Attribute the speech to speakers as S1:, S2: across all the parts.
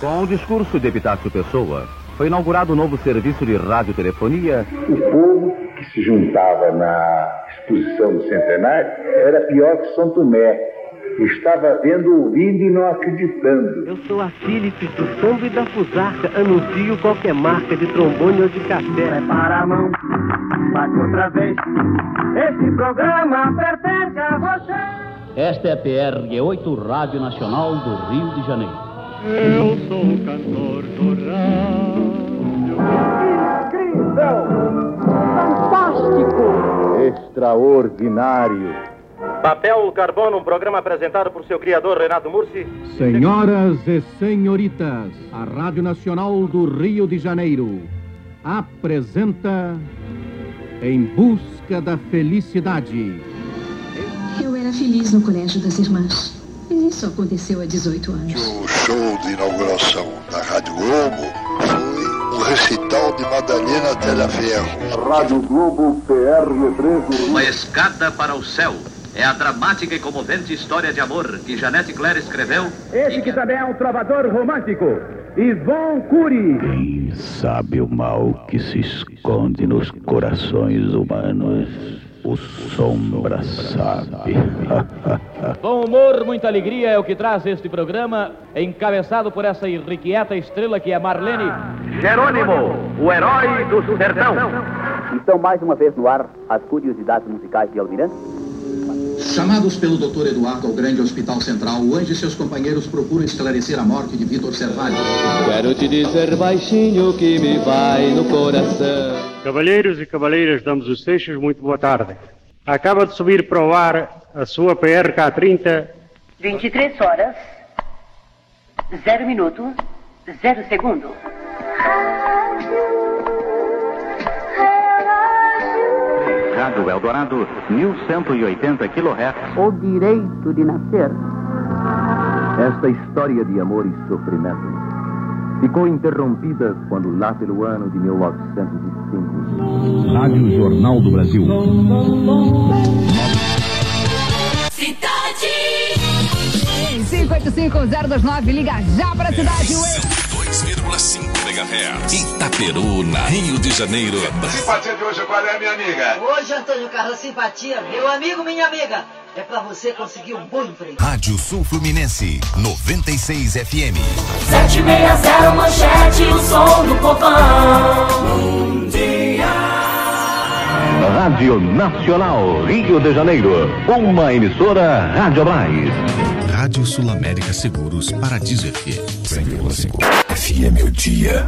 S1: Com o discurso de Epitácio Pessoa, foi inaugurado o novo serviço de radiotelefonia.
S2: O povo que se juntava na exposição do centenário era pior que São Tomé. Estava vendo, ouvindo e não acreditando.
S3: Eu sou a Philips do Samba e da Fusarca. Anuncio qualquer marca de trombone ou de café.
S4: Prepara a mão, bate outra vez. Esse programa pertence a você.
S5: Esta é a PRG8, Rádio Nacional do Rio de Janeiro.
S6: Eu sou o cantor do rádio.
S2: Extraordinário.
S7: Papel Carbono, um programa apresentado por seu criador Renato Mursi.
S8: Senhoras e senhoritas, a Rádio Nacional do Rio de Janeiro apresenta Em Busca da Felicidade.
S9: Eu era feliz no colégio das irmãs. E isso aconteceu há 18 anos.
S10: O show de inauguração da Rádio Globo foi um recital de Madalena Telaferro.
S2: Rádio Globo PR13.
S11: Uma escada para o céu é a dramática e comovente história de amor que Janete Claire escreveu.
S12: Esse que também é um trovador romântico, Ivon Cury.
S13: Quem sabe o mal que se esconde nos corações humanos? O sombra sabe.
S14: Bom humor, muita alegria é o que traz este programa, encabeçado por essa irrequieta estrela que é Marlene.
S7: Jerônimo, o herói do sertão.
S15: Estão mais uma vez no ar as curiosidades musicais de Almirante.
S16: Chamados pelo Dr. Eduardo ao grande hospital central, o anjo e seus companheiros procuram esclarecer a morte de Vitor Servalho.
S17: Quero te dizer baixinho que me vai no coração.
S6: Cavalheiros e cavaleiras, damos os seixos, muito boa tarde. Acaba de subir para o ar a sua PRK-30.
S18: 23 horas, 0 minuto, 0 segundo.
S1: Rádio Eldorado, 1180 kHz.
S19: O direito de nascer.
S1: Esta história de amor e sofrimento ficou interrompida quando lá pelo ano de 1905.
S20: Rádio Jornal do Brasil.
S2: Cidade. 555029, liga já pra cidade. Ué.
S1: 2,5 MHz. Itaperu, na Rio de Janeiro.
S21: Simpatia de hoje, qual é, minha amiga?
S22: Hoje, Antônio Carlos, simpatia, meu amigo, minha amiga. É pra você conseguir um bom emprego.
S1: Rádio Sul Fluminense, 96 FM.
S23: 760 manchete, o som do povão. Um dia.
S1: Rádio Nacional Rio de Janeiro, uma emissora Rádio Brás.
S20: Rádio Sul América Seguros, Paradiso FM.
S1: 100,5 FM o dia.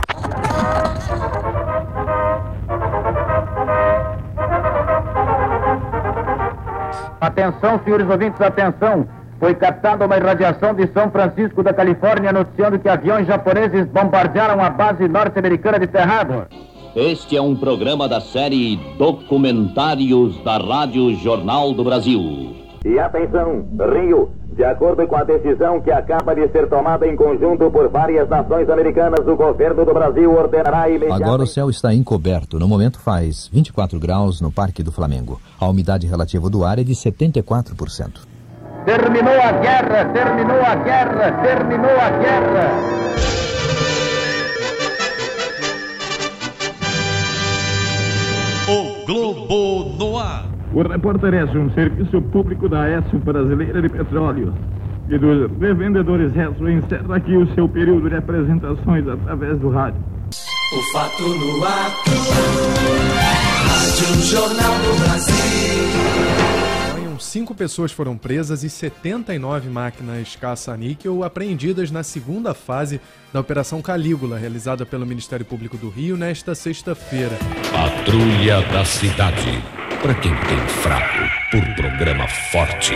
S24: Atenção, senhores ouvintes, atenção. Foi captada uma irradiação de São Francisco da Califórnia anunciando que aviões japoneses bombardearam a base norte-americana de Terrado.
S5: Este é um programa da série Documentários da Rádio Jornal do Brasil.
S25: E atenção, Rio, de acordo com a decisão que acaba de ser tomada em conjunto por várias nações americanas, o governo do Brasil ordenará imediatamente.
S26: Agora o céu está encoberto. No momento faz 24 graus no Parque do Flamengo. A umidade relativa do ar é de 74%.
S24: Terminou a guerra, terminou a guerra, terminou a guerra.
S1: O Globo no ar.
S27: O repórter é um serviço público da ESO Brasileira de Petróleo e dos revendedores ESO encerra aqui o seu período de apresentações através do rádio.
S23: O fato no ato. Rádio Jornal do Brasil.
S28: Cinco pessoas foram presas e 79 máquinas caça-níquel apreendidas na segunda fase da Operação Calígula, realizada pelo Ministério Público do Rio nesta sexta-feira.
S1: Patrulha da Cidade. Para quem tem fraco por programa forte.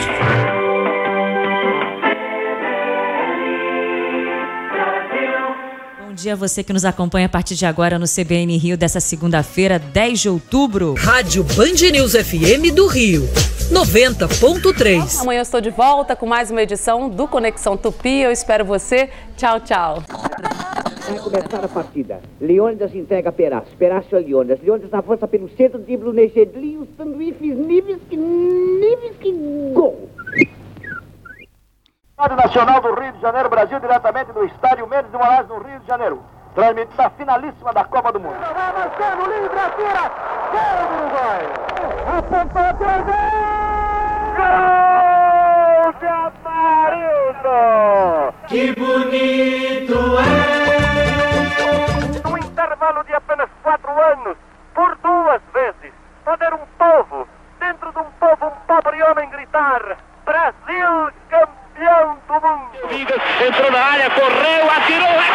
S29: Bom dia a você que nos acompanha a partir de agora no CBN Rio dessa segunda-feira, 10 de outubro.
S30: Rádio Band News FM do Rio. 90.3.
S31: Amanhã eu estou de volta com mais uma edição do Conexão Tupi. Eu espero você. Tchau, tchau.
S32: Vai começar a partida. Leônidas entrega é a Peraz. Peraz a Leônidas. Leônidas avança pelo centro de Brunegedlinho, sanduíches, níveis que. níveis que. gol!
S33: Rádio Nacional do Rio de Janeiro, Brasil, diretamente do estádio Mendes de Moraes, no Rio de Janeiro. Transmitindo a finalíssima da Copa do Mundo.
S28: Vai avançando, livre, atira! Gol do Uruguai! Apontou a Gol de Amarildo!
S34: Que bonito é!
S28: No intervalo de apenas quatro anos, por duas vezes, poder um povo, dentro de um povo, um pobre homem gritar: Brasil campeão! campeão do mundo.
S33: Vigas entrou na área, correu, atirou,